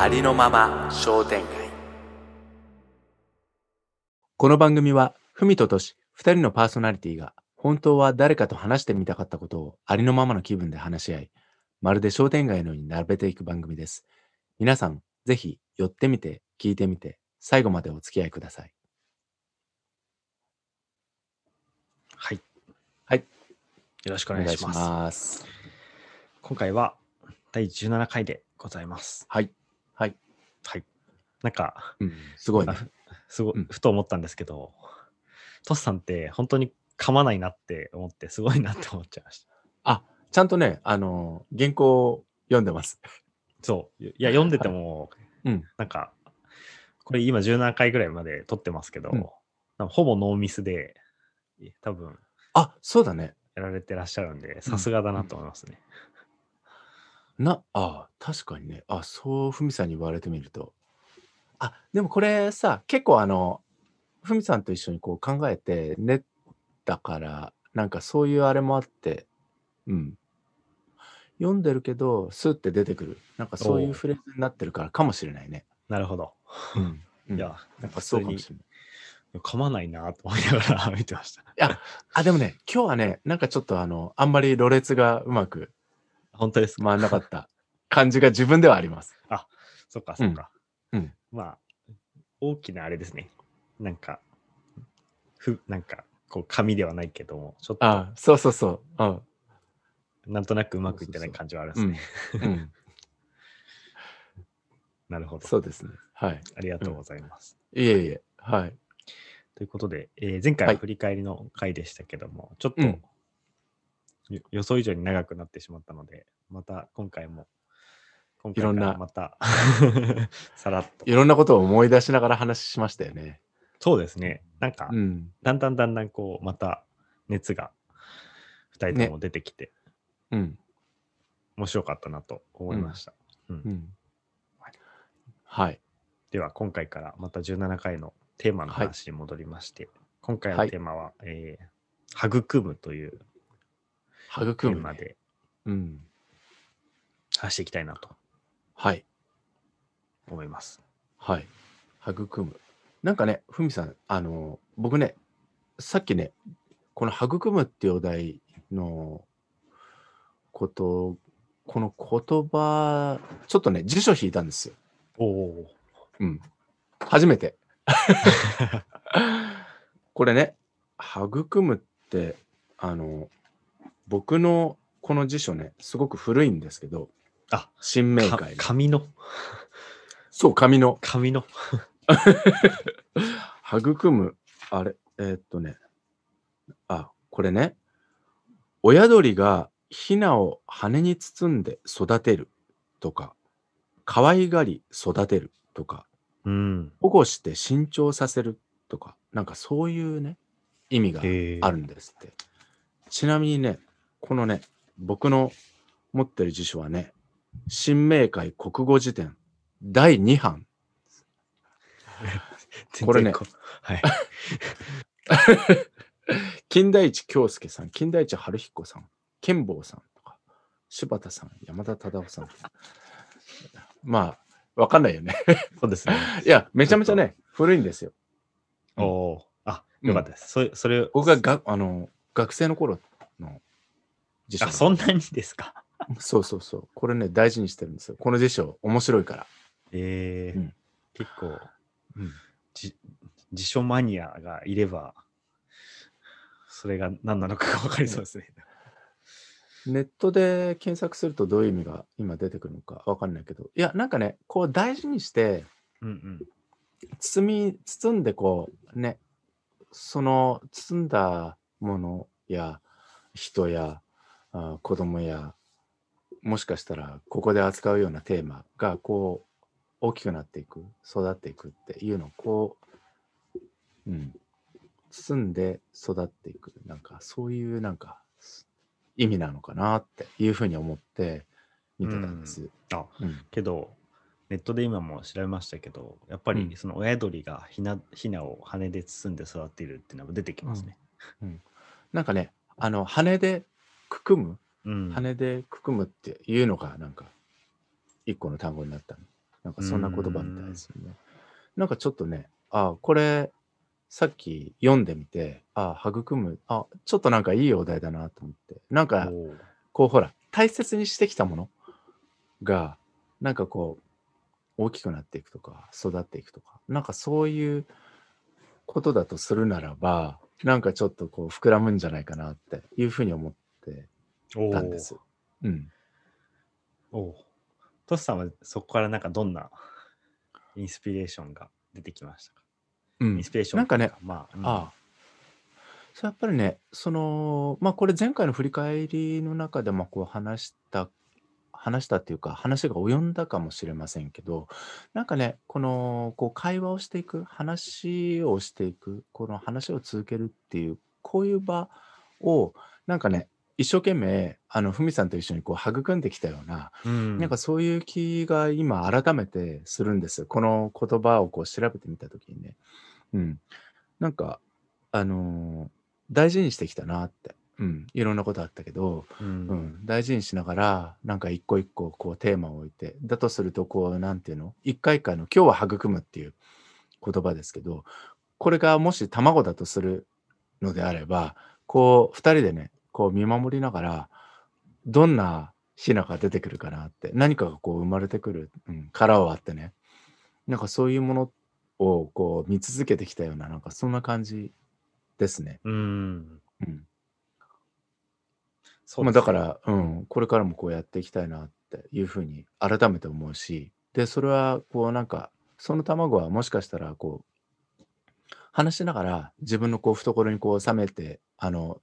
ありのまま商店街この番組は文ととし2人のパーソナリティが本当は誰かと話してみたかったことをありのままの気分で話し合いまるで商店街のように並べていく番組です皆さんぜひ寄ってみて聞いてみて最後までお付き合いくださいはい。はい。よろしおくお願いします。ます今回は第17回でございます。はいはい、はい。なんか、うん、すごいねあすごいうんふと思ったんですけど、トスさんって本当に噛まないなって思って、すごいなって思っちゃいました。ちゃんとねあの原稿を読んでますそう。いや、読んでても、うんなんか、これ今17回ぐらいまで撮ってますけど、うんなんかほぼノーミスで、多分あそうだねやられてらっしゃるんで、さすがだなと思いますね。なあ確かにねあそうふみさんに言われてみるとあでもこれさ結構あのふみさんと一緒にこう考えて練ったからなんかそういうあれもあってうん読んでるけどスッて出てくるなんかそういおううフレーズになってるからかもしれないね、なるほど。うんうんいや、 なんかそうかもしれない噛まないなと思いながら見てました。あでもね今日はねなんかちょっとあのあんまりろれつがうまく本当ですか、回んなかった感じが自分ではありますそっかそっか、うんうんまあ、大きなあれですね。なんか、ふなんか、こう、紙ではないけども、ちょっと、あそうそうそう うんなんとなくうまくいってない感じはあるんですね。うんうん、なるほど。そうですねはいありがとうございます。いえいえ、はい。ということで、えー前回ははい振り返りの回でしたけども、ちょっと、うんよ予想以上に長くなってしまったので、また今回も、今いろん回かならまた、 さらっとい。ろんなことを思い出しながら話しましたよね。そうですね。なんか、うん。だんだんだんだんこう、また熱が2人とも出てきて、うん。面白かったなと思いました。うん。はい。では、今回からまた17回のテーマの話に戻りまして、今回はのいテーマは、えー育むというテ育ーむ、マね。でうん。話していきたいなとはい。思います。はい。育む。なんかね、ふみさん、あの、僕ね、さっきね、この育むっていうお題のこと、この言葉、ちょっとね、辞書引いたんですよ。おおうん。初め て。これね、育むって、あの、僕のこの辞書ね、すごく古いんですけど、あ新明ー、か解の。紙の、そう、紙の。紙の。育む、あれ、えーっとね、あ、これね、親鳥がヒナを羽に包んで育てるとか、可愛がり育てるとか、うん。保護して伸長させるとか、なんかそういうね、意味がえーあるんですって。ちなみにね、このね、僕の持ってる辞書はね、新明解国語辞典第2版。全然これねうはい。 金田一京介さん、金田一春彦さん、剣坊さんとか、柴田さん、山田忠夫さん。まあ、わかんないよね。そうですね。いや、めちゃめちゃね、古いんですよ。おおーあ、よかったです。それそれを僕ががあの学生の頃の辞書あ、なんでそんなにですか。そうそうそう。これね、大事にしてるんですよ。この辞書、面白いから。えーうん結構うん、じ辞書マニアがいればそれが何なのかが分かりそうですね。ネットで検索するとどういう意味が今出てくるのかわかんないけど、いや、なんかね、こう大事にして、うんうん、包み、包んでこう、ね、その包んだものや人やあ子供や、もしかしたらここで扱うようなテーマが、こう、大きくなっていく、育っていくっていうのを、こう、うん、包んで育っていくなんかそういうなんか意味なのかなっていうふうに思って見てたんです。あうんけどネットで今も調べましたけどやっぱうんりその親鳥がひなひなを羽で包んで育っているっていうのは出てきますね。なんかねあの羽でくくむうん羽でくくむっていうのがなんか一個の単語になったのなんかそんな言葉みたいですよね。なんかちょっとね、あこれ、さっき読んでみて、あ育む、あちょっとなんかいいお題だなと思って。なんか、おーこうほら、大切にしてきたものが、なんかこう、大きくなっていくとか、育っていくとか、なんかそういうことだとするならば、なんかちょっとこう、膨らむんじゃないかなっていうふうに思っておたんです。うん。おお。トスさんはそこからなんかどんなインスピレーションが出てきましたかうんインスピレーションなんかねというまあ、うんああ。そうやっぱりね、その、まあこれ前回の振り返りの中でもこう話した、話したっていうか話が及んだかもしれませんけど、なんかね、このこう会話をしていく、話をしていく、この話を続けるっていう、こういう場を、なんかね、一生懸命、あの、ふみさんと一緒にこう育んできたような、うん、なんかそういう気が今改めてするんですよ。この言葉をこう調べてみたときにね。うん。なんか、あのー大事にしてきたなって。うん。いろんなことあったけど、うん、うん。大事にしながら、なんか一個一個こうテーマを置いて、だとするとこう、なんていうの一回一回の今日は育むっていう言葉ですけど、これがもし卵だとするのであれば、こう、二人でね、こう見守りながら、どんなヒナが出てくるかなって、何かがこう生まれてくる、うん、殻を割ってね、なんかそういうものをこう見続けてきたような、なんかそんな感じですね。うん。うん。そうまであすねだか、ら、うん、これからもこうやっていきたいなっていうふうに改めて思うし、で、それはこうなんか、その卵はもしかしたらこう、話しながら自分のこう懐にこう収めて、あの、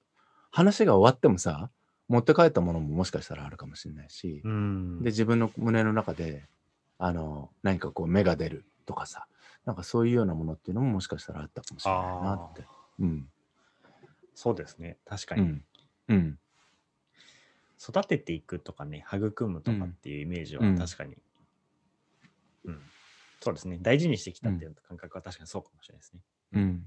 話が終わってもさ、持って帰ったものももしかしたらあるかもしれないし、うん。で、自分の胸の中で、あの、何かこう芽が出るとかさ、なんかそういうようなものっていうのももしかしたらあったかもしれないなあってあ。、うん、そうですね。確かうに、ん、うん、育てていくとかね、育むとかっていうイメージはうん確かに、うん。そうですね。大事にしてきたっていう感覚は確かにそうかもしれないですね。うん。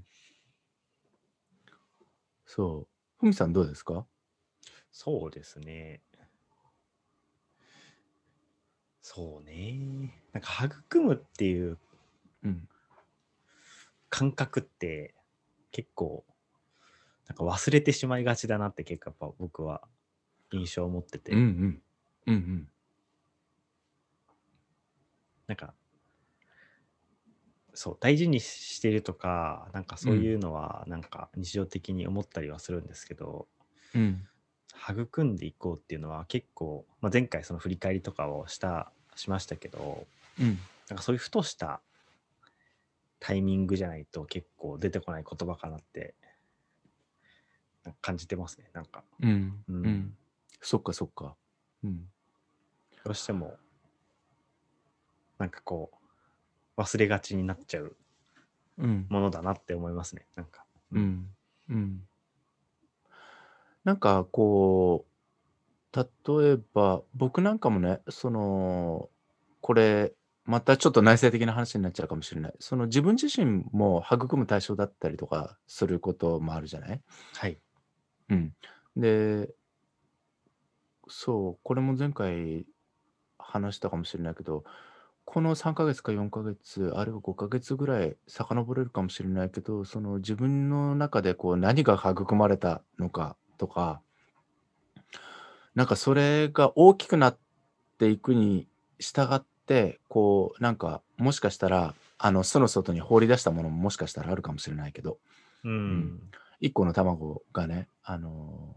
そう。ふみさんどうですかそうですね。そうね。なんか育むっていううん。感覚って結構なんか忘れてしまいがちだなって結構やっぱ僕は印象を持ってて、うんうん。うんうん。なんかそう大事にしてるとかなんかそういうのはなんか日常的に思ったりはするんですけど、うん。育んでいこうっていうのは結構、まあ、前回その振り返りとかをしたしましたけどうん。なんかそういうふとしたタイミングじゃないと結構出てこない言葉かなってなんか感じてますねなんかうん。ううんん。そっかそっか。うん。どうしてもなんかこう忘れがちになっちゃううん。ものだなって思いますねなんかうん。うん。なんかこう、例えば僕なんかもね、その、これ、またちょっと内省的な話になっちゃうかもしれない。その自分自身も育む対象だったりとかすることもあるじゃないはいうん、でそうこれも前回話したかもしれないけどこの3ヶ月か4ヶ月あるいは5ヶ月ぐらい遡れるかもしれないけどその自分の中でこう何が育まれたのかとかなんかそれが大きくなっていくに従ってこうなんかもしかしたらあの巣の外に放り出したものももしかしたらあるかもしれないけどうん、ん1個の卵がね、あの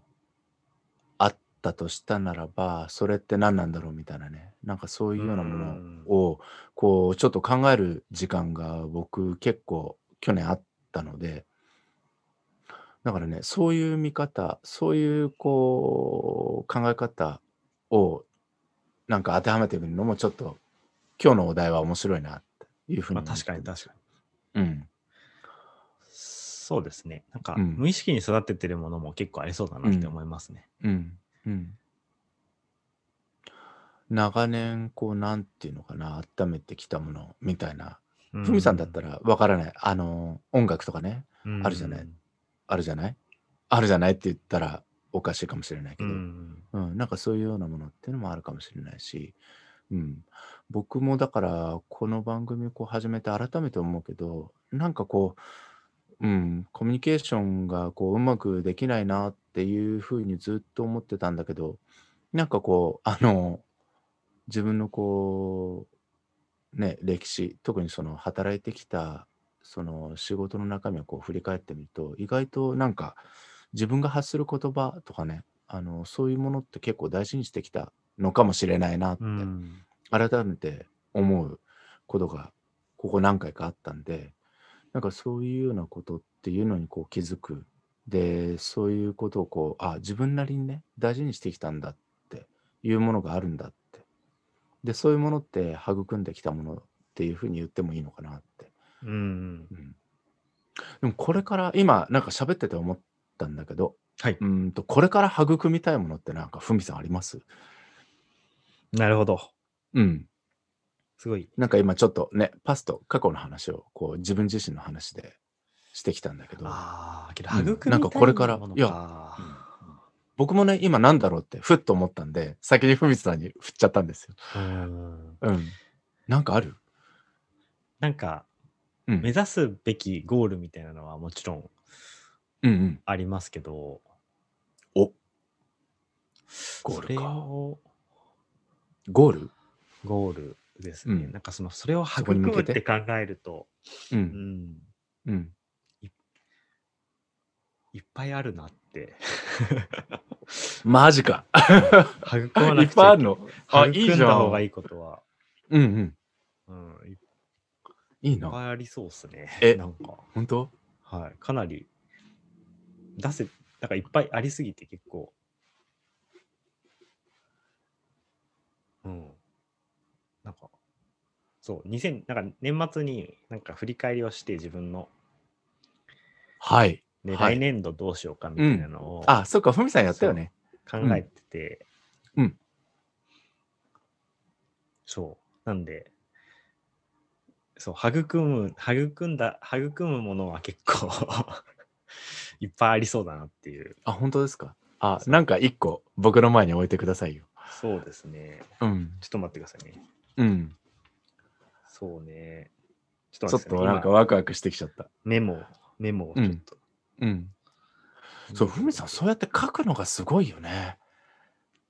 あったとしたならばそれって何なんだろうみたいなねなんかそういうようなものをこうちょっと考える時間が僕結構去年あったのでだからねそういう見方そういうこう考え方をなんか当てはめてみるのもちょっと今日のお題は面白いなっていうふうにまあ思って確かに確かにうんそうですねなんかうん無意識に育ててるものも結構ありそうだなって思いますね、うんうん長年こうなんていうのかな温めてきたものみたいなうふみ、さんだったらわからないあの音楽とかねあるじゃないあるじゃないあるじゃないって言ったらおかしいかもしれないけうど、んうん、なんかそういうようなものっていうのもあるかもしれないし、うん、僕もだからこの番組をこう始めて改めて思うけどなんかこう、うん、コミュニケーションがこううまくできないなっていうふうにずっと思ってたんだけどなんかこうあの自分のこうね歴史特にその働いてきたその仕事の中身をこう振り返ってみると意外となんか自分が発する言葉とかねあのそういうものって結構大事にしてきたのかもしれないなってうん。改めて思うことがここ何回かあったんでなんかそういうようなことっていうのにこう気づくでそういうことをこうあ自分なりにね大事にしてきたんだっていうものがあるんだってでそういうものって育んできたものっていうふうに言ってもいいのかなって、うん。うん、でもこれから今なんか喋ってて思ったんだけどはい。うーんとこれから育みたいものってなんかふみさんありますなるほど。うんすごい。なんか今ちょっとね、パスと過去の話をこう自分自身の話でしてきたんだけど、ああ、けど、うん育みたいなんかこれからものいやか僕もね、今なんだろうってふっと思ったんで、先にふみさんに振っちゃったんですよ。うんうん。なんかあるなんか、うん。目指すべきゴールみたいなのはもちろんうんうん。ありますけど、おゴーそれルか。をゴールゴールですね。うんなんかその、それをそ育こに向むっけてて考えると、う。うんん、うん。いっぱいあるな って。マジか。育いまなっくちぱいあゃいるけの。あ、いい育んじゃだ方ん。がいいことは、うんうん。うん、いっいいぱな。いありそうですね。えなんか、本当はい、かなり出せ、なんかいっぱいありすぎて結構、うん、なんか、そう、2000、なんか年末になんか振り返りをして自分の、はい。ねはい来年度どうしようかみたいなのを考あ、そっか、ふみさんやったよね。えてて、うんうんそう、なんで、そう、育む、育んだ、育むものは結構 いっぱいありそうだなっていう。あ、本当ですか。あ、そうなんか一個僕の前に置いてくださいよ。そうですね。うん。ちょっと待ってくださいね。うん。そうね。ちょっちょっと待ってくとださいねなんかワクワクしてきちゃった。今メモ、メモをちょっと。うん。そう、ふみさん、そうやって書くのがすごいよね。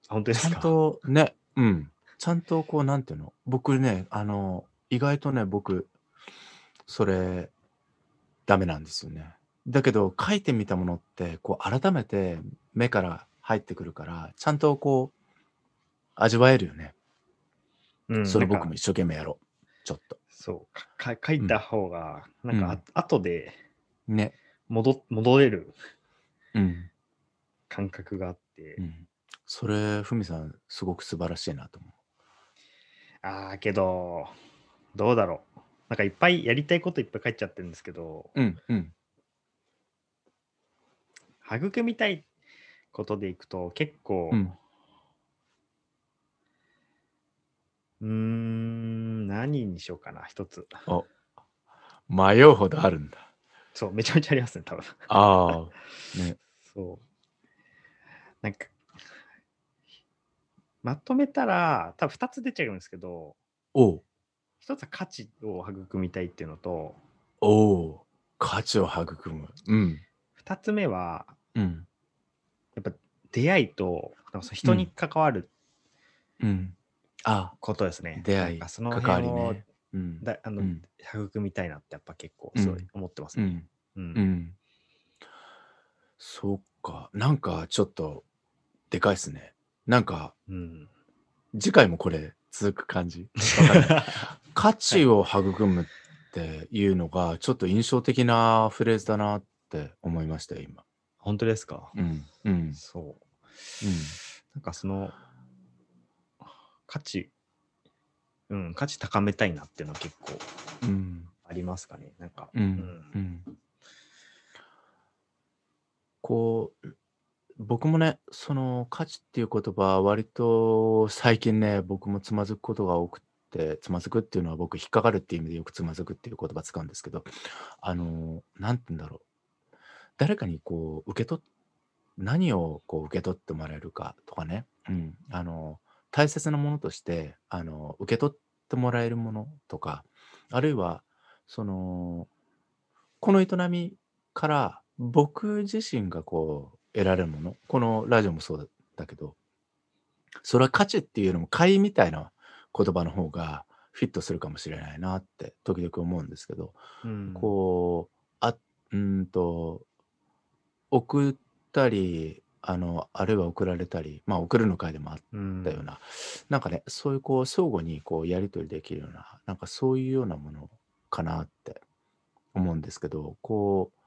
あ本当でちゃすんかとね、うん。ちゃんとこう、なんていうの僕ね、あの、意外とね、僕、それ、ダメなんですよね。だけど、書いてみたものって、こう、改めて目から入ってくるから、ちゃんとこう、味わえるよね。うんそれなん僕かも一生懸命やろう。ちょっと。そうかか書いた方が、なんかあ、うん後でね。戻戻れるうん。感覚があって、うん、それ、ふみさん、すごく素晴らしいなと思う。ああけどどうだろうなんかいっぱいやりたいこといっぱい書いちゃってるんですけどうん、うん。育みたいことでいくと結構ううんーん何にしようかな一つお迷うほどあるんだ。そうめちゃめちゃありますね多分 ああ。ね。そう。なんか、まとめたら、多分2つ出ちゃうんですけど、おう1つは価値を育みたいっていうのと、おう価値を育む。うん。 2つ目は、うん。やっぱ出会いと、なんかその人に関わるうん。あことですね。あ、出会なんい、かその関辺わりを、ね。うん。だあのうん育みたいなってやっぱ結構そううん思ってますうね。ん。うんうん。そっか。なんかちょっと、でかいっすね。なんか、うん次回もこれ続く感じ。わかんない価値を育むっていうのが、ちょっと印象的なフレーズだなって思いましたよ、今。本当ですか、 うん。うん。そう。うんなんかその価値、うん、価値高めたいなっていうのは結構うん。ありますかね。なんか、うんうんこう僕もねその価値っていう言葉割と最近ね僕もつまずくことが多くてつまずくっていうのは僕引っかかるっていう意味でよくつまずくっていう言葉使うんですけどあの何て言うんだろう誰かにこう受け取っ何をこう受け取ってもらえるかとかね、うん、あの大切なものとしてあの受け取ってもらえるものとかあるいはそのこの営みから僕自身がこう得られるものこのラジオもそうだけどそれは価値っていうよりも買いみたいな言葉の方がフィットするかもしれないなって時々思うんですけどうんこう、あ、うーんと、送ったり、あの、あるいは送られたり、まあ、送るの会でもあっうんたような、なんかね、そういう、こう、相互に、こう、やり取りできるような、なんかそういうようなものかなって思うんですけど、こう、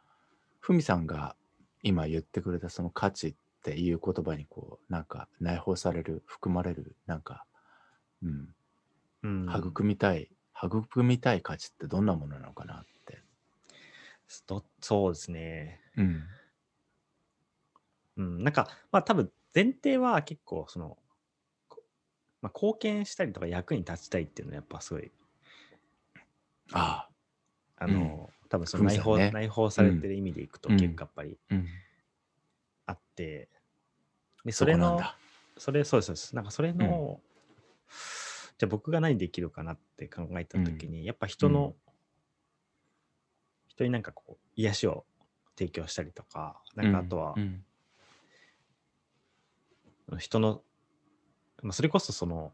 ふみさんが今言ってくれた、その価値っていう言葉に、こう、なんか内包される、含まれる、なんか、うん、うん育みたい、育みたい価値ってどんなものなのかなって。どそうですね。うんうん、なんか、まあ多分前提は結構その、こまあ、貢献したりとか役に立ちたいっていうのはやっぱすごい、ああの、多分そそうので内すよ包、ね内包されてる意味でいくとうん結構やっぱりあ、うん、あって、で、それの、それ、そうです、そうです。なんかそれの、じゃあ僕が何できるかなって考えたときに、やっぱ人の、うん人になんかこう、癒しを提供したりとか、なんかあとは、うん人の、まあ、それこそその、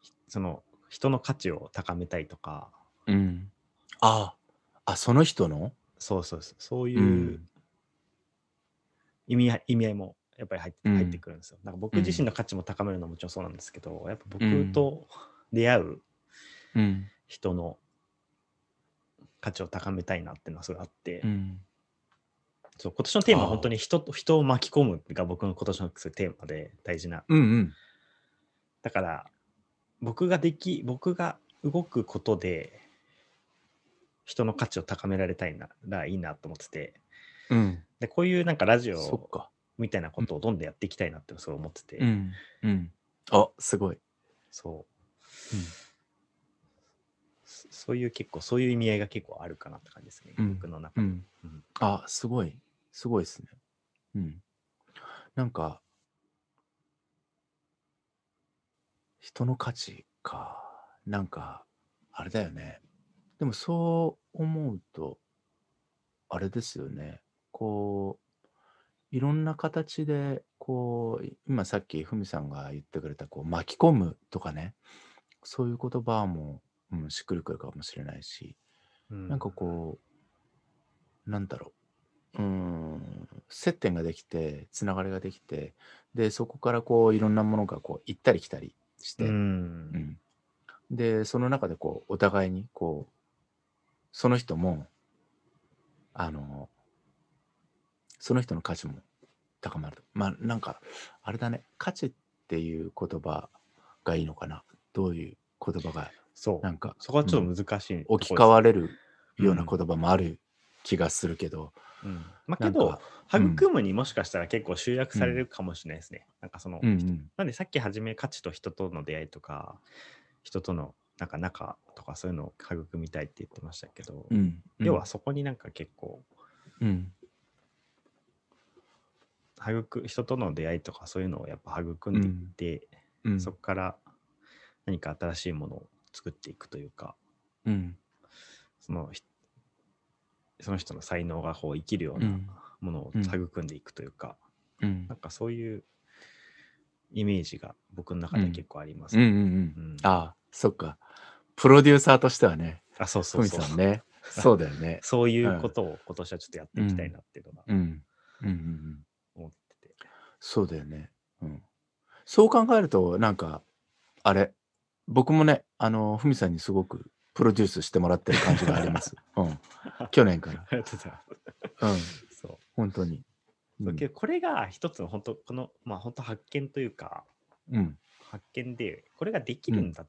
ひその人の価値を高めたいとか、うんああその人のそうそうそう、そうういうん意味合い意味合いもやっぱり入って,、うん入ってくるんですよ。なんか僕うん自身の価値も高めるのはもちろんそうなんですけど、やっぱう僕んと出会ううん人の価値を高めたいなっていうのはすごいあって、うんそう今年のテーマあはー本当に人と人を巻き込むが僕の今年のすごいテーマで大事なうんうんだから僕ができ僕が動くことで人の価値を高められたいならいいなと思っててうんでこういうなんかラジそっオかみたいなことをどんどんやっていきたいなってそう思ってて、んうんあすごい、そう、そそういう結構そういう意味合いが結構あるかなって感じですね、うん僕の中うで、んうんあすごいすごいですねうんなんか人の価値かなんかあれだよねでもそう思うとあれですよねこういろんな形でこう今さっきふみさんが言ってくれたこう巻き込むとかねそういう言葉も、うん、しっくりくるかもしれないしうんなんかこう、なんだろう。うーん、接点ができて、つながりができて、で、そこからこう、いろんなものがこう、行ったり来たりして、うんうんで、その中でこう、お互いにこう、その人も、あの、その人の価値も高まる。まあ、なんか、あれだね、価値っていう言葉がいいのかな。どういう言葉が、そうなんか、そこはちょっと難しい、置き換われ、れるような言葉もある気がするけど、うんなまあけんどか、うん育むにもしかしたら結構集約されるかもしれないですね、なんかその、うんなんでさっき初め価値と人との出会いとか人とのなんか仲とかそういうのを育みたいって言ってましたけど、うんうん、要は、そこになんか結構うん育人との出会いとかそういうのをやっぱ育んでいって、うんそこから何か新しいものを作っていくというかうんそのひその人の才能がこう生きるよううなんものをうん育んでいくというか、うんなんかそういうイメージが僕の中では結構あります、うんうんううんんああそっかプロデューサーとしてはねあそうそふうみそうさんねそうだよねそういうことを今年はちょっとやっていきたいなっていうのがうんうんうんうん思ってて。そうだよねうんそう考えるとなんかあれ僕もねあのふみさんにすごくプロデュースしてもらってる感じがあり ます、うん、去年か ありがとうございます。らうんそう。本当にうそうんけどこれが一つの本当、この、まあ本当発見というか、うん発見で、これができるんだ、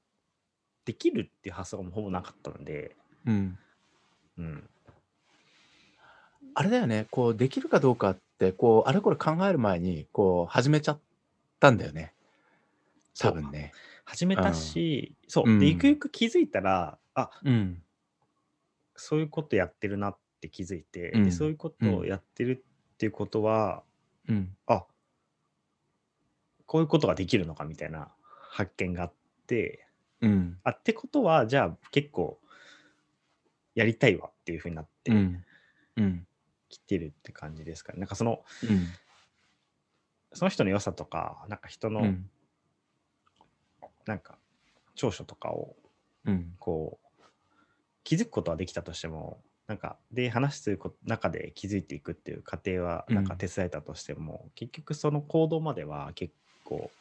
できるっていう発想がもうほぼなかったので、うんうん。あれだよね、こう、できるかどうかって、こう、あれこれ考える前に、こう、始めちゃったんだよね。多分ね。始めたし、そうう。んで、ゆくゆく気づいたら、あうん。そういうことやってるなって気づいて、うでんそういうことをやってるっていうことは、うん。あこういうことができるのかみたいな発見があって、うん。あってことは、じゃあ結構やりたいわっていうふうになってうん。うん。きてるって感じですかね。なんかその、うん。その人の良さとか、なんか人うの、ん。なんか長所とかをうん。こう気づくことはできたとしてもなんかで話すこ中で気づいていくっていう過程はうんなんか手伝えたとしても、結局その行動までは結構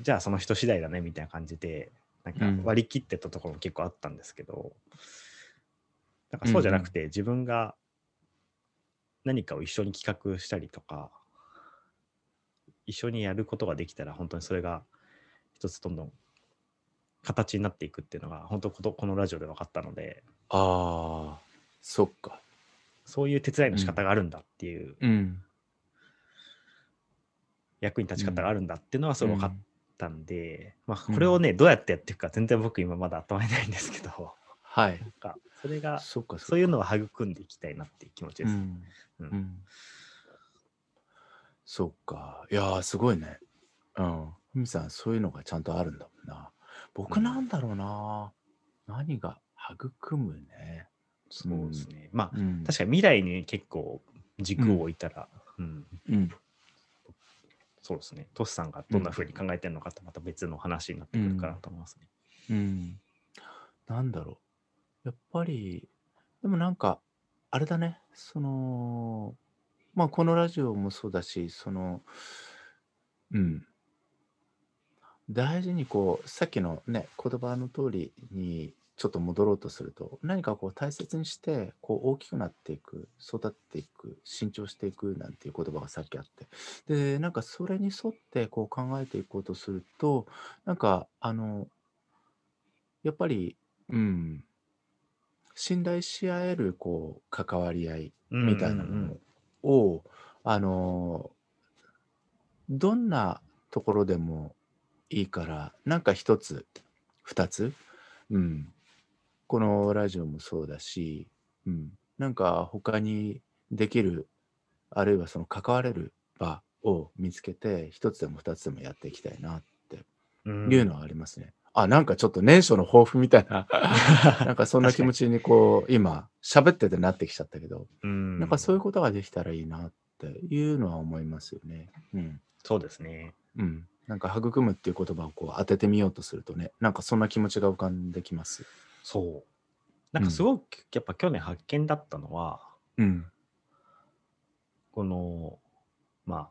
じゃあその人次第だねみたいな感じでなんかうん割り切ってたところも結構あったんですけど、なんかそうじゃなくて自分が何かを一緒に企画したりとか一緒にやることができたら本当にそれが一つどんどん形になっていくっていうのが本当ことこのラジオで分かったのでああ、そっか。そういう手伝いの仕方があるんだっていう、うん。役に立ち方があるんだっていうのはすごい分かっうんたんで、まあ、これをねどうやってやっていくか全然僕今まだ頭にないんですけどはい。なんかそれがそっか。そういういうのを育んでいきたいなっていう気持ちです。うん。ううんん。そっか。いやー、すごいね。うん。ふみさん、そういうのがちゃんとあるんだもんな。僕なんだろうな。何が育むね。そうですね、まあうん。確かに未来に結構軸を置いたら、うんうん。そうですねトシさんがどんな風に考えてるのかってまた別の話になってくるかなと思いますね。うん。なんだろう。やっぱり、でもなんか、あれだね、その、まあ、このラジオもそうだし、その、うん。大事にこう、さっきのね、言葉の通りにちょっと戻ろうとすると、何かこう大切にして、こう大きくなっていく、育っていく、成長していくなんていう言葉がさっきあって、で、なんかそれに沿ってこう考えていこうとすると、なんか、あの、やっぱり、うん、信頼し合える、こう、関わり合いうんみたいなのを、あのどんなところでもいいからなんか一つ二つ、うん、このラジオもそうだし、うん、なんか他にできるあるいはその関われる場を見つけて一つでも二つでもやっていきたいなうんいうのはありますね。あなんかちょっと年初の抱負みたい ななんかそんな気持ちにこう今喋っててなってきちゃったけどうんなんかそういうことができたらいいなっていうのは思いますよね。うん。そうですね。うん。なんか育むっていう言葉をこう当ててみようとするとね、なんかそんな気持ちが浮かんできます。そう。なんかすごくやっぱ去年発見だったのは、うん。この、まあ、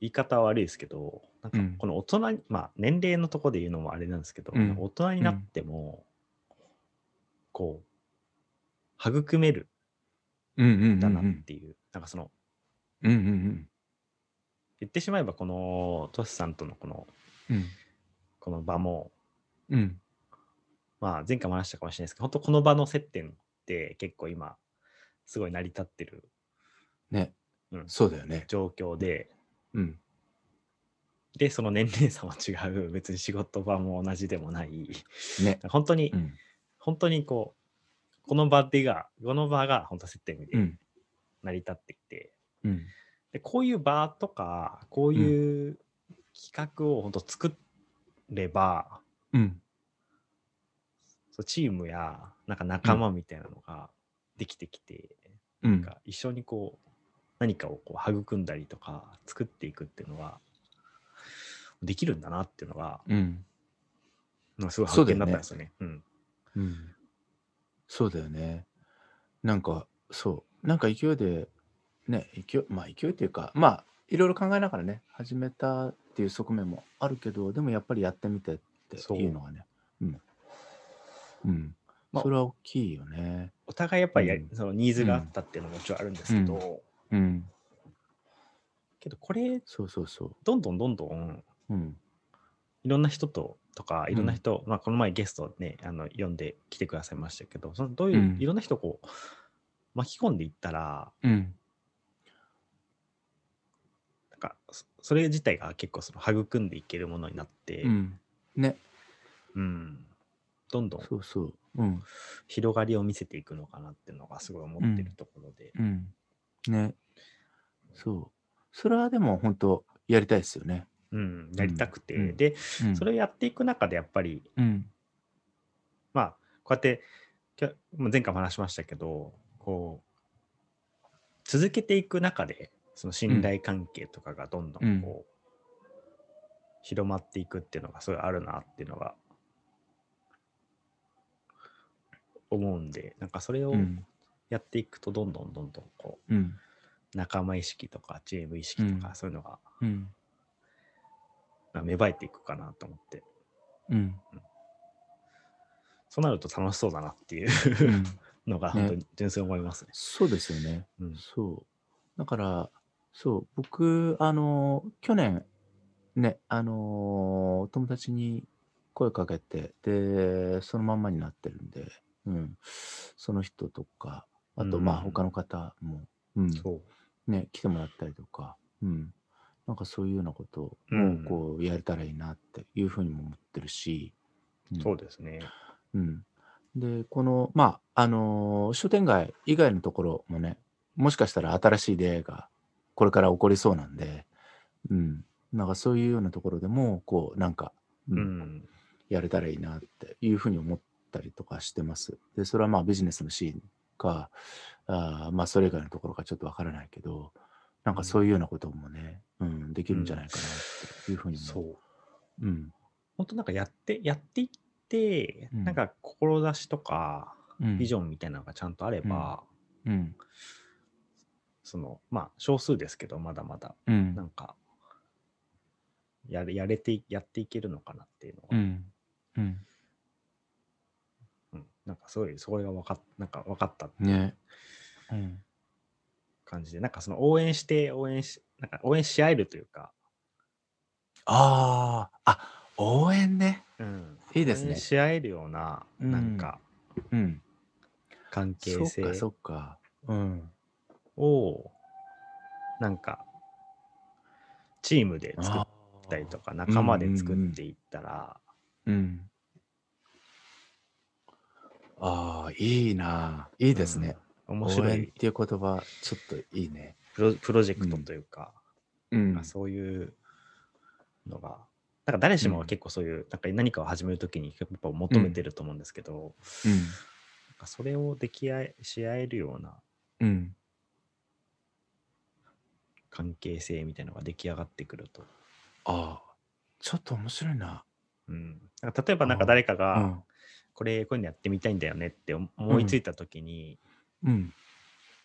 言い方は悪いですけど、なんかうんこの大人に、まあ年齢のとこで言うのもあれなんですけど、うんなんか大人になっても、こう、育めるうんうんんだなうっんていう、なんかその、うんうん言ってしまえばこのトシさんとのこの、うんこの場も、うんまあ前回も話したかもしれないですけど、本当この場の接点って結構今、すごい成り立ってるね、うんそうだよね。状況で、うん。で、その年齢差も違う、別に仕事場も同じでもない、ね。本当に、うん。本当にこう、この場でが、この場が本当接点でうん。成り立ってきて、うん。で、こういう場とか、こういうう企画を本当作れば、うん。そうチームや、なんか仲間みたいなのができてきて、うなんん。か一緒にこう、何かをこう育んだりとか、作っていくっていうのは、できるんだなっていうのが、うん。なんかすごいそ発うだ見よだねったんですよね。うん。うん、そうだよね。なんか、そう。なんか勢いで、ね、勢い、まあ勢いというか、まあ、いろいろ考えながらね、始めたっていう側面もあるけど、でもやっぱりやってみてっていうのがね。うん。うん。まあそれは大きいよね。お互いやっぱりやりうそのニーズがあったっていうのももちろんあるんですけど、うん。けどこれそうそうそどんどんどんどんう。うん。いろんな人ととかんいろんな人、まあ、この前ゲストねあの呼んで来てくださいましたけどそのどういう、うんいろんな人をこう巻き込んでいったらうん。なんかそそれ自体が結構その育んでいけるものになって、うん。ね。うんどんどんそうそう。うん。広がりを見せていくのかなっていうのがすごい思ってるところで、うん。ね。そう。それはでも本当やりたいですよね。うん、やりたくて、うんで、うんそれをやっていく中でやっぱり、うんまあ、こうやって、きゃまあ前回も話しましたけど、こう、続けていく中で、その信頼関係とかがどんどんこう、広まっていくっていうのがすごいあるなっていうのが、思うんで、なんかそれをうんやっていくと、どんどんどんどんこうんう、仲間意識とかチーム意識とうか、んそういうのがうんまあ芽生えていくかなと思って、うんそうなると楽しそうだなっていううんのが本当に純粋に思いますね。 そうですよね。うんそう。だから、そう、僕、あの、去年、ね、あの、友達に声かけて、で、そのまんまになってるんで、うん、その人とか、あと、まあ、うん他の方も、うん、そうね、来てもらったりとか、うん、なんかそういうようなことを、うんこう、やれたらいいなっていうふうにも思ってるし、うんそうですね。うん、でこのまああのー商店街以外のところもねもしかしたら新しい出会いがこれから起こりそうなんで、うん、なんかそういうようなところでもこうなんか、ううんん。やれたらいいなっていうふうに思ったりとかしてます。でそれはまあビジネスのシーンかあーまあそれ以外のところかちょっとわからないけどなんかそういうようなこともね、うん、できるんじゃないかなっていうふうにも、そう。うん本当なんかやって、やっていって、うんなんか志とか、うんビジョンみたいなのがちゃんとあれば、うんその、まあ、少数ですけど、まだまだ、うんなんか、やれ、やれて、やっていけるのかなっていうのうが、んうんうんなんかすごい、それが分かっ、なんか分かったっていうね。うん。感じで、なんかその応援して、応援し、なんか応援し合えるというか、ああ、あ、応援ね。うん。いいです応ね援。し合えるような、なんか、うん。関係そ性っか、そっか。うん。をなんかチームで作っあたりとか仲間で作っていったら、ーうん。ああ、いいな。いいですね。うん面応白援っいていう言葉、ちょっといいね。プロプロジェクトというか、うんまあそういうのがなんか誰しもが結構そういう、なんか何かを始めるときにやっぱ求めてると思うんですけど、なんかそれを出来合いし合えるようなうん。うん。関係性みたいなのが出来上がってくると、ああ、ちょっと面白いな。うん、なんか例えばなんか誰かうがん。これこういうのやってみたいんだよねって思いついたときに、うん。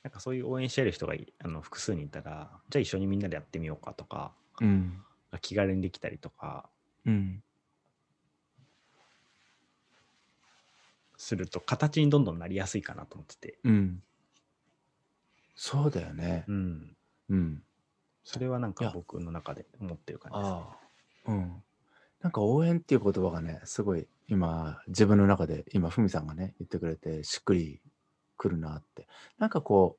なんかそういう応援してる人がいあの複数人いたら、じゃあ一緒にみんなでやってみようかとか、うん。気軽にできたりとかうん。すると、形にどんどんなりやすいかなと思ってて、うん。そうだよねう。ん。うん。それはなんいかや僕の中で思ってる感じです、ね。ああ、うん。なんか応援っていう言葉がね、すごい今、自分の中で、今、ふみさんがね、言ってくれて、しっくりくるなって。なんかこ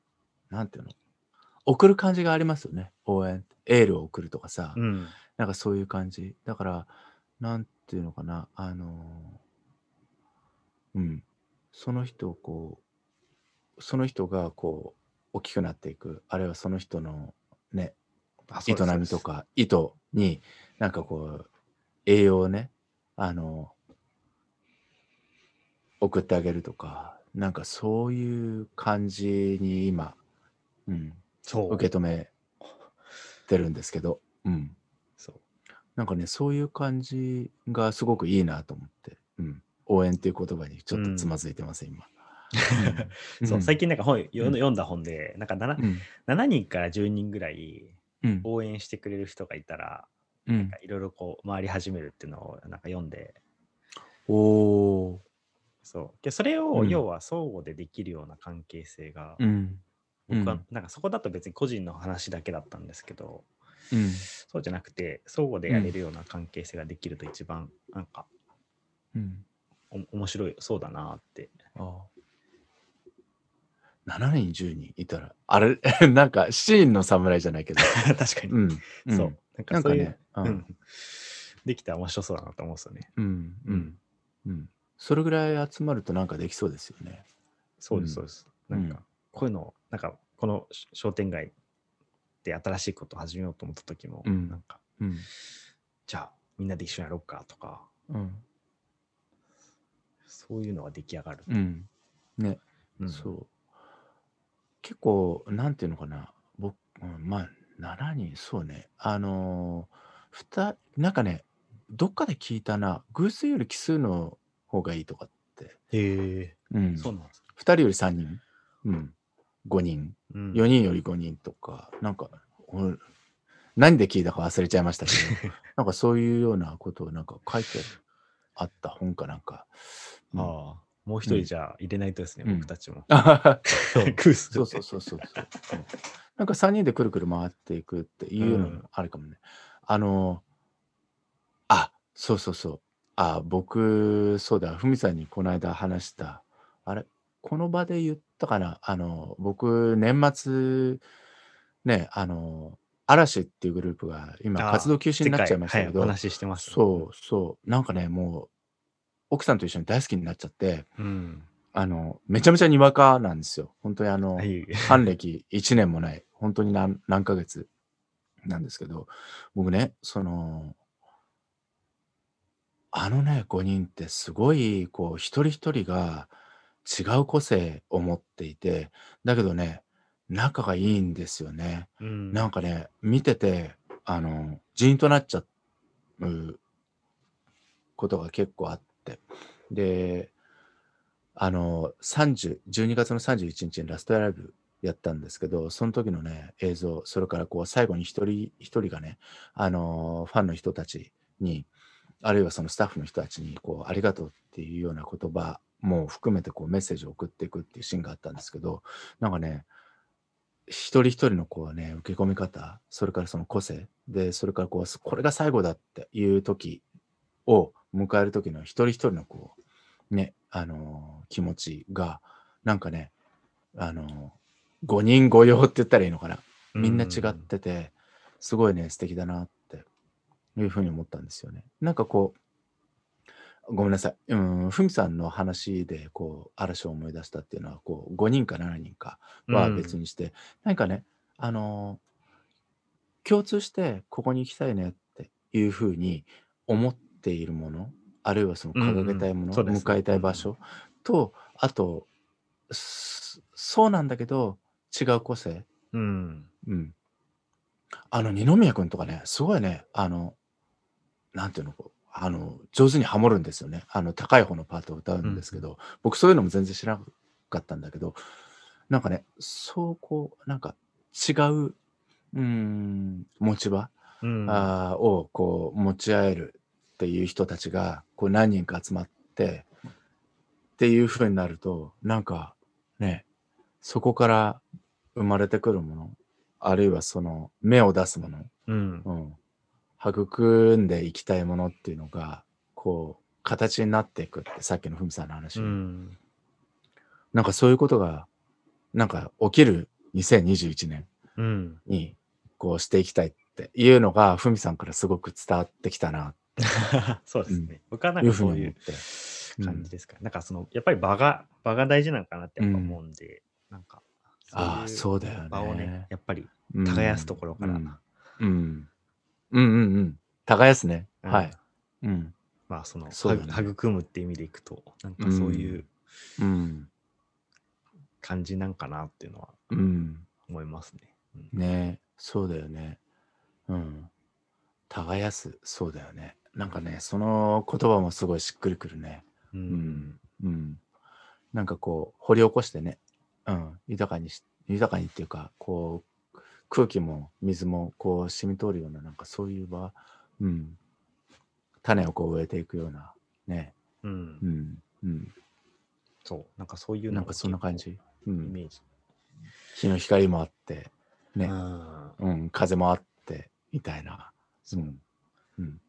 う、なんていうの送る感じがありますよね、応援。エールを送るとかさ、うん。なんかそういう感じ。だから、なんていうのかな、あのーうん。その人をこう、その人がこう、大きくなっていく、あるいはその人のね、あそうです営みと。か意図になんかこう栄養をねあの送ってあげるとかなんかそういう感じに今、うん、そうです。受け止めてるんですけど、うん、そう。なんかねそういう感じがすごくいいなと思って、うん、応援っていう言葉にちょっとつまずいてます、今。 そうそう最近、近なんか本、ようん読んだ本で、なんか 7, うん7人から10人ぐらいうん応援してくれる人がいたら、うんなんかいろいろこう回り始めるっていうのをなんか読んで、おー、そう。でそれをうん要は相互でできるような関係性が、うん僕うはんなんかそこだと別に個人の話だけだったんですけど、うんそうじゃなくて相互でやれるような関係性ができると一番なんかうんお面白いそうだなって ああ7人10人いたらあれ なんかシーンの侍じゃ ないけど、確かに、うん、んそうなんなかんそかういうねううんんできたら面白そうだなと思うんですよねうんうんうんそれぐらい集まるとなんかできそうですよねそうでうんすそうです、なんかこういうのなんかこの商店街って新しいことを始めようと思った時も、うんなんかうん。じゃあみんなで一緒にやろうかとかうん。そういうのが出来上がる、うん。ね、うんそう。結構、なんていうのかな。僕、うんまあ、7人、そうね。あのー、ふた、なんかね、どっかで聞いたな。偶数より奇数の方がいいとか。へえ、うん。そう2なんですか、人より3人。うん。5人。うん4人より5人とか、なんか、お何で聞いたか忘れちゃいましたけ ど、なんかそういうようなことをなんか書いてあった本かなん か。うんああもうう一人んじゃあ入れないとですね、うん僕たちも そうグースそうそうそうそうそう。うんなんか3人でくるくる回っていくっていうのうもんあるかもね。あの、あ、そうそうそう。あ、僕、そうだ、ふみさんにこの間話した。あれ、この場で言ったかな。あの、僕、年末、ね、あの、嵐っていうグループが今あー活動休止になっちゃいましたけ世界ど、はい、お話ししてますそうそう。なんかね、もう、奥さんと一緒に大好きになっちゃって、う、うん、あの、めちゃめちゃにわかなんですよ。本当にあの、はい還暦1年もない、本当に何何ヶ月なんですけど、僕ね、その、あのね、5人ってすごい、こう、一人一人が違う個性を持っていて、だけどね、仲がいいんですよね。うんなんかね、見てて、あの、ジーンとなっちゃうことが結構あって。で、あの、30、12月の31日にラストライブやったんですけど、その時のね、映像、それからこう、最後に一人一人がね、あの、ファンの人たちに、あるいはそのスタッフの人たちに、こう、ありがとうっていうような言葉も含めて、こう、メッセージを送っていくっていうシーンがあったんですけど、なんかね、一人一人のこうね、受け込み方、それからその個性、で、それからこう、これが最後だっていう時を迎える時の一人一人のこう、ね、あのー気持ちが、なんかね、あのー五人五様って言ったらいいのかな。みんな違ってて、すごいね、素敵だなっていうふうに思ったんですよね。なんかこう、ごめんなさい。うん、ふみさんの話で、こう、嵐を思い出したっていうのは、こう、5人か7人かは別に、にして、なんかね、あのー共通してここに行きたいねっていうふうに思っているもの、あるいはその掲げたいもの、うんうんそうですね迎えたい場所と、あと、すそうなんだけど、違う個性、うんうん。あの、二宮君とかね、すごいね、あの、なんていうの、こうあの、上手にハモるんですよね。あの、高い方のパートを歌うんですけど、僕そういうのも全然知らなかったんだけど、なんかね、そうこう、なんか違う、うん、持ち場、うん、あーをこう持ち合えるっていう人たちがこう何人か集まってっていう風になるとなんかねそこから生まれてくるものあるいはその芽を出すもの、うんうん、育んでいきたいものっていうのがこう形になっていくってさっきのふみさんの話、うん、なんかそういうことがなんか起きる2021年うん、 にこうしていきたいっていうのがふみさんからすごく伝わってきたなそうですうんね、僕はなんいうかふうにそうい思っうて感じですか、なんかそのやっぱり場が場が大事なのかなってやっぱ思うんで、なんかああういそうだようね。場をねやっぱりうん耕すところから、うんうんうんうんうん耕すね。うんはい。うんまあそのそうだねは育むって意味でいくとなんかそういうううん感じなんかなっていうのはうん思いますね。うんねそうだよね。うん耕すそうだよね。なんかねその言葉もすごいしっくりくるね。ううんんうんなんかこう掘り起こしてね。うん豊かにし豊かにっていうかこう空気も水もこう染み通るようななんかそういう場、うん、種をこう植えていくようなね、うんうんうん、そうなんかそういうなんかそんな感結じ、う構イメん、ージ、日の光もあって、ねうんうん、風もあってみたいな、うんうん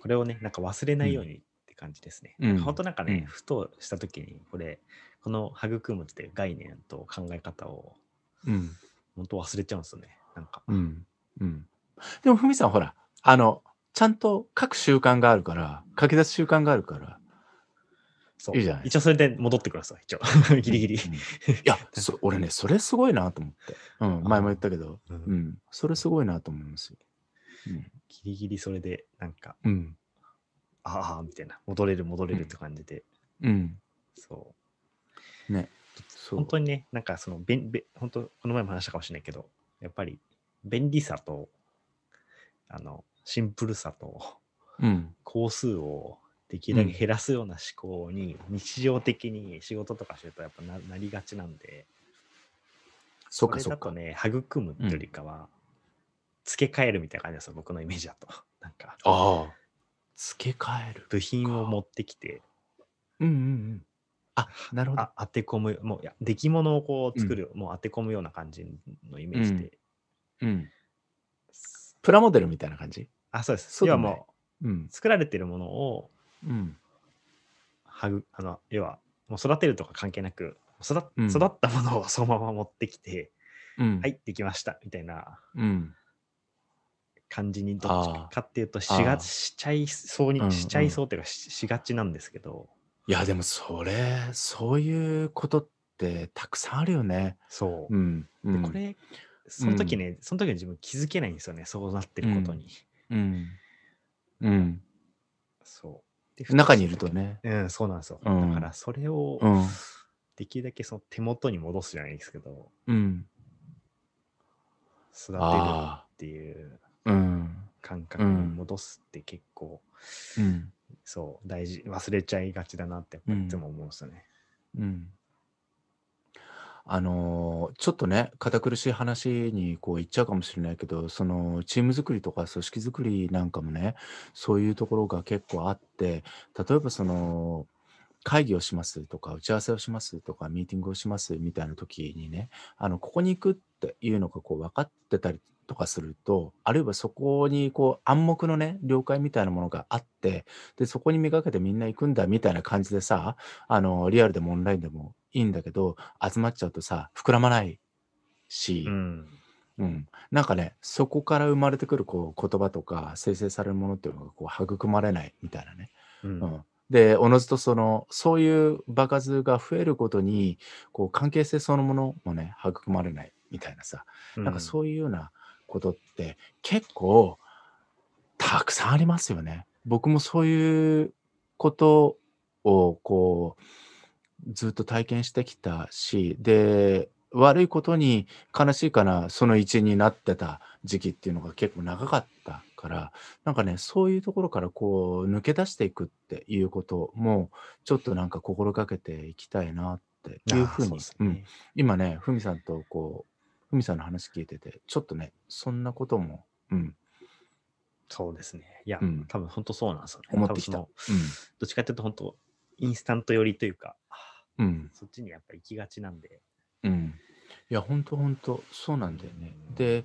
これをねなんか忘れないようにって感じですね。うんなんか本当なんかね、うんふとした時にこれこの育むっていう概念と考え方をうん本当忘れちゃうんですよね。なんか、うんうん、でもふみさんほらあのちゃんと書く習慣があるから書き出す習慣があるからそういいじゃない一応それで戻ってください、一応。 ギリ ギリ。うんいやそ、俺ね、それすごいなと思って。うん、前も言ったけど、うんうん、それすごいなと思いますよ。うんギリギリそれで、なんか、うん。ああ、みたいな、戻れる、戻れるって感じで、うん。そね。う。そう本当にね、なんかその、べんべ本当、この前も話したかもしれないけど、やっぱり、便利さと、あの、シンプルさと、うん。工数をできるだけうん減らすような思考に、日常的に仕事とかしてると、やっぱななりがちなんで、そっかそそれっだとか。ね、育むっていうよりかは、付け替えるみたいな感じなんですよ、僕のイメージだと。 なんか、ああ。付け替える。部品を持ってきて、うんうんうん。あ、なるほど。あ当て込む、もういや、出来物をこう作る、もう当て込むような感じのイメージで。うん。プラモデルみたいな感じあ、そうです。そう要だはねもうんう、。作られてるものを、うん。はぐ、あの、要は、もう育てるとか関係なく、育っうん育ったものをそのまま持ってきて、うん。はい、できました、みたいなうん。感じに、どっあーちかっていうと、しが、あーしちゃいそううんうんに、しちゃいそうというか、ししがちなんですけど、いや、でもそれ、そういうことってたくさんあるよね。そうう。ん。うでんこ、れ、その時ね、その時の自分気づけないんですよね、そうなってることに。うん。うん。そうで中にいると。ね。うん、そうなんですよ。うんだから、それを、うんできるだけその手元に戻すじゃないですけど、うん。育てるっあていうあ。うん。感覚に戻すって結構、うん。そう、大事、忘れちゃいがちだなって、やっぱりいつも思うんですよね。うん。あのーちょっとね、堅苦しい話にこう言っちゃうかもしれないけど、そのチーム作りとか組織作りなんかもね、そういうところが結構あって、例えばその会議をしますとか、打ち合わせをしますとか、ミーティングをしますみたいな時にね、あのここに行くっていうのがこう分かってたりとかすると、あるいはそこにこう暗黙のね、了解みたいなものがあって、で、そこにめがけてみんな行くんだみたいな感じでさ、あの、リアルでもオンラインでもいいんだけど、集まっちゃうとさ、膨らまないし、うん。うん、なんかね、そこから生まれてくるこう言葉とか、生成されるものっていうのがこう育まれないみたいなね。うんうん、で、おのずとその、そういう場数が増えることに、こう関係性そのものもね、育まれないみたいなさ、なんかそういうようなことって結構たくさんありますよね。僕もそういうことをこうずっと体験してきたし、で、悪いことに悲しいかな、その一になってた時期っていうのが結構長かったから、なんかね、そういうところからこう抜け出していくっていうことも、ちょっとなんか心がけていきたいなってあーいうふうそに、ですうねん、今ね、ふみさんとこう、ふみさんの話聞いてて、ちょっとね、そんなことも、うん、そうですね。いや、うん多分本当そうなんですよね。思ってきた多分そのどっちかっていうと、本当インスタント寄りというか、うん、そっちにやっぱ行きがちなんで。うん。いや、ほんとほんと、そうなんだよね。で、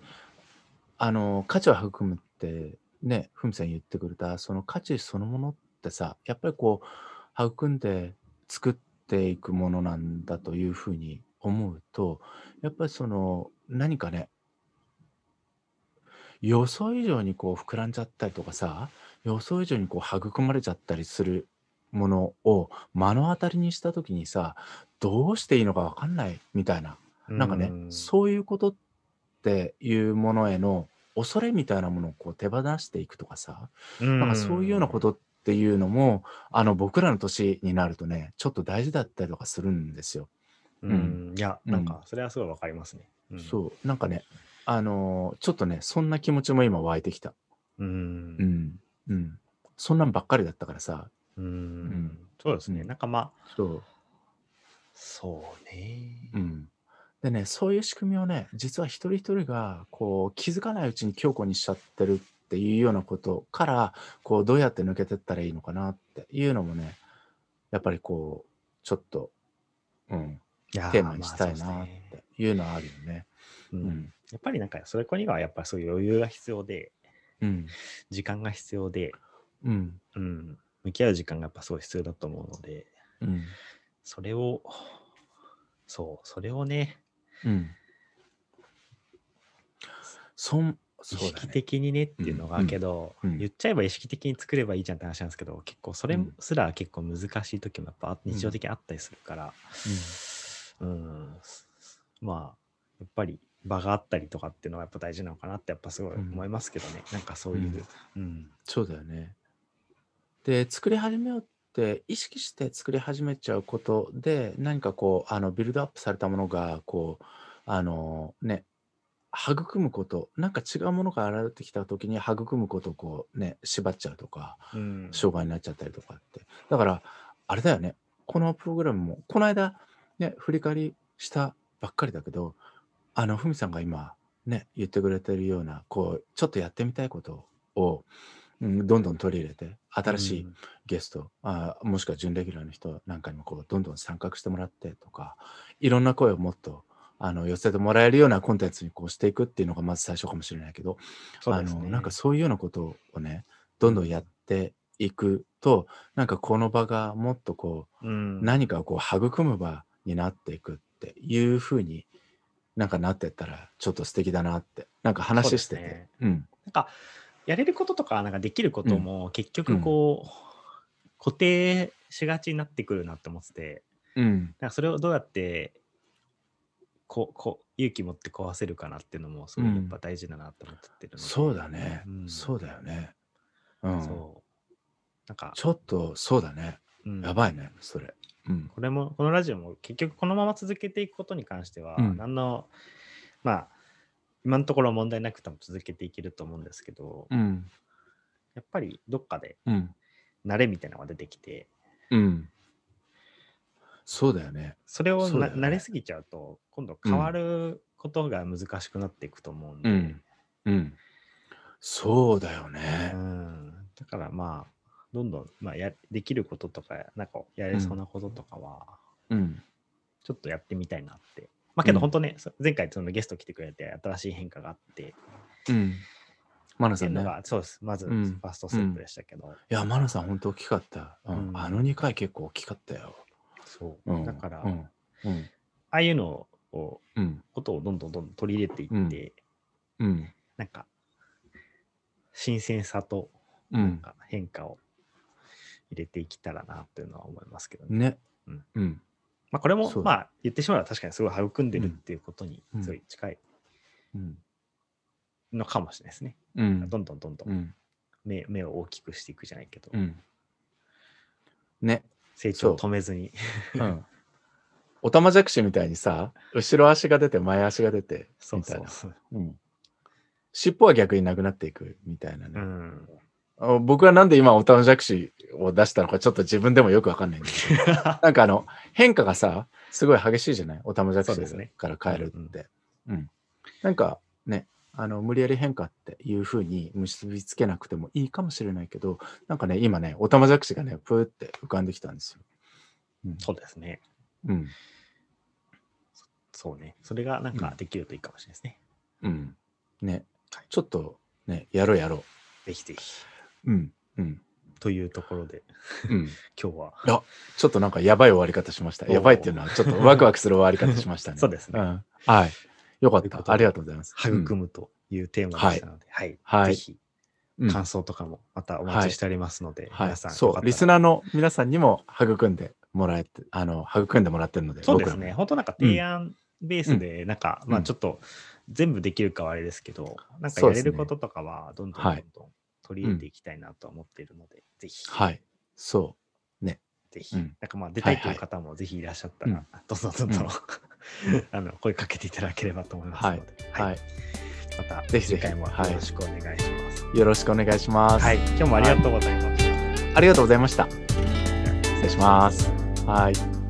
あの、価値を育むって、ね、ふみさん言ってくれた、その価値そのものってさ、やっぱりこう、育んで作っていくものなんだというふうに思うと、やっぱりその、何かね、予想以上にこう膨らんじゃったりとかさ予想以上にこう育まれちゃったりするものを目の当たりにした時にさどうしていいのか分かんないみたいななんかねうそういうことっていうものへの恐れみたいなものをこう手放していくとかさななんかそういうようなことっていうのもあの僕らの年になるとねちょっと大事だったりとかするんですよ。うん、いや、うんなんか、それはすごいわかりますね。そうなんかねあのちょっとねそんな気持ちも今湧いてきた。うん。う。うんんうん、そんなんばっかりだったからさ。うん。んそうですね。うんなんかまあ、そうそうね。うん、でねそういう仕組みをね実は一人一人がこう気づかないうちに強固にしちゃってるっていうようなことからこうどうやって抜けてったらいいのかなっていうのもねやっぱりこうちょっと、うん、いやテーマにしたいなっまあそうですねていうのはあるよね。ううんんやっぱりなんか、それこにはやっぱりそういう余裕が必要で、うん時間が必要で、うんうん。向き合う時間がやっぱすごい必要だと思うので、うんそれを、そう、それをね、うんそん意そうだ識ね。的にねっていうのが、うんけど、うん言っちゃえば意識的に作ればいいじゃんって話なんですけど結構それうんすら結構難しい時もやっぱあうん日常的にあったりするから、うんまあやっぱり場があったりとかっていうのがやっぱ大事なのかなってやっぱすごいうん思いますけどね、なんかそういう、うんそうだよね。で、作り始めようって、意識して作り始めちゃうことで、何かこう、あの、ビルドアップされたものが、こう、あの、ね、育むこと、なんか違うものが現れてきた時に育むことをこうね、縛っちゃうとか、うん障害になっちゃったりとかって。だから、あれだよね。このプログラムも、この間、ね、振り返りしたばっかりだけど、あの、ふみさんが今、ね、言ってくれてるような、こう、ちょっとやってみたいことを、うん、どんどん取り入れて、新しいゲスト、あもしくは準レギュラーの人なんかにも、こう、どんどん参画してもらってとか、いろんな声をもっと、あの寄せてもらえるようなコンテンツにこうしていくっていうのがまず最初かもしれないけど、そうあですのねなんかそういうようなことをねどんどんやっていくとなんかこの場がもっとこうんう何かをこう育む場になっていくっていうふうになんかなってったらちょっと素敵だなってなんか話しててそううですねんなんかやれることとかなんかできることも結局こう、固定しがちになってくるなって思っててうんなんかそれをどうやってここ勇気持って壊せるかなっていうのもすごいやっぱ大事だなって思ってるので、そうだね、うんそうだよねうんそうなんか、ちょっとそうだねうんやばいねそれうんこれもこのラジオも結局このまま続けていくことに関しては、うん何のまあ今のところ問題なくても続けていけると思うんですけど、うんやっぱりどっかでうん慣れみたいなのが出てきてうんそうだよねそれをそうだな、よね慣れすぎちゃうと今度変わることが難しくなっていくと思うんで、うんうんそうだよね、うんだからまあどんどん、まあ、やできることとかなんかやれそうなこととかはうんちょっとやってみたいなって、まあけどうん本当ね、そ前回そのゲスト来てくれて新しい変化があってうん。マナっさていうんねの。が、そうです。まず、うフんァーストステップでしたけど、いや、マナさん、本当大きかった。うんうんあの2回結構大きかったよ。そう、うんだから、うあん。うん。あいうのを、うん。ことをどんどんどんどん取り入れていって、うんうん。なんか、新鮮さと、うなんん。か変化を入れていけたらなというのは思いますけどね。ねうん。うん。まあ、これもそ、うまあ、言ってしまえば確かにすごい育んでるっていうことにう、んすごい近いうん。のかもしれないですね。うん。どんどんどんどうんん。目,、目を大きくしていくじゃないけど、うん。ね。成長をそ止めずに。うん。おたまじゃくしみたいにさ、後ろ足が出て、前足が出て、そうみた そいうな。そう。うん。尻尾は逆になくなっていくみたいなうね。ん。あ僕はなんで今、おたまじゃくしを出したのか、ちょっと自分でもよくわかんないんだけど。 なんかあの変化がさすごい激しいじゃないおたまじゃくそうですねしから変えるって。うんなんかねあの無理やり変化っていう風に結びつけなくてもいいかもしれないけどなんかね今ねおたまじゃくしがねプーって浮かんできたんですよ。うんそうですね。うんそうね。それがなんかできるといいかもしれないですね。うんねはいちょっとねやろうやろぜひぜひ。う。うんうんというところで、うん、今日は。ちょっとなんかやばい終わり方しました。やばいっていうのはちょっとワクワクする終わり方しましたね。そうですねんはい。よかっというこた。とでありがとうございます。育むというテーマでしたので、はい。はいぜひ、うん感想とかもまたお待ちしておりますので、はい、皆さん、そう、リスナナーの皆さんにも育んでもらえて、あの、育んでもらってるので、そうで僕すらもね。。本当なんか提案ベースで、なんか、まあちょっと、全部できるかはあれですけど、なんかそうやでれすねることとかは、どんどんどんはいどん取り入れていきたいなとは思っているので、ぜひ、はい、そぜひ、うなんんかまあ出たいとはいいうはい方もぜひいらっしゃったら、どうぞどうぞ、 あの、声かけていただければと思いますので、う、はい、またぜひぜひ次回もよはいろしくお願いします。よろしくお願いします。はい、今日もありがとうございました。ありがとうございました。失礼します。はい。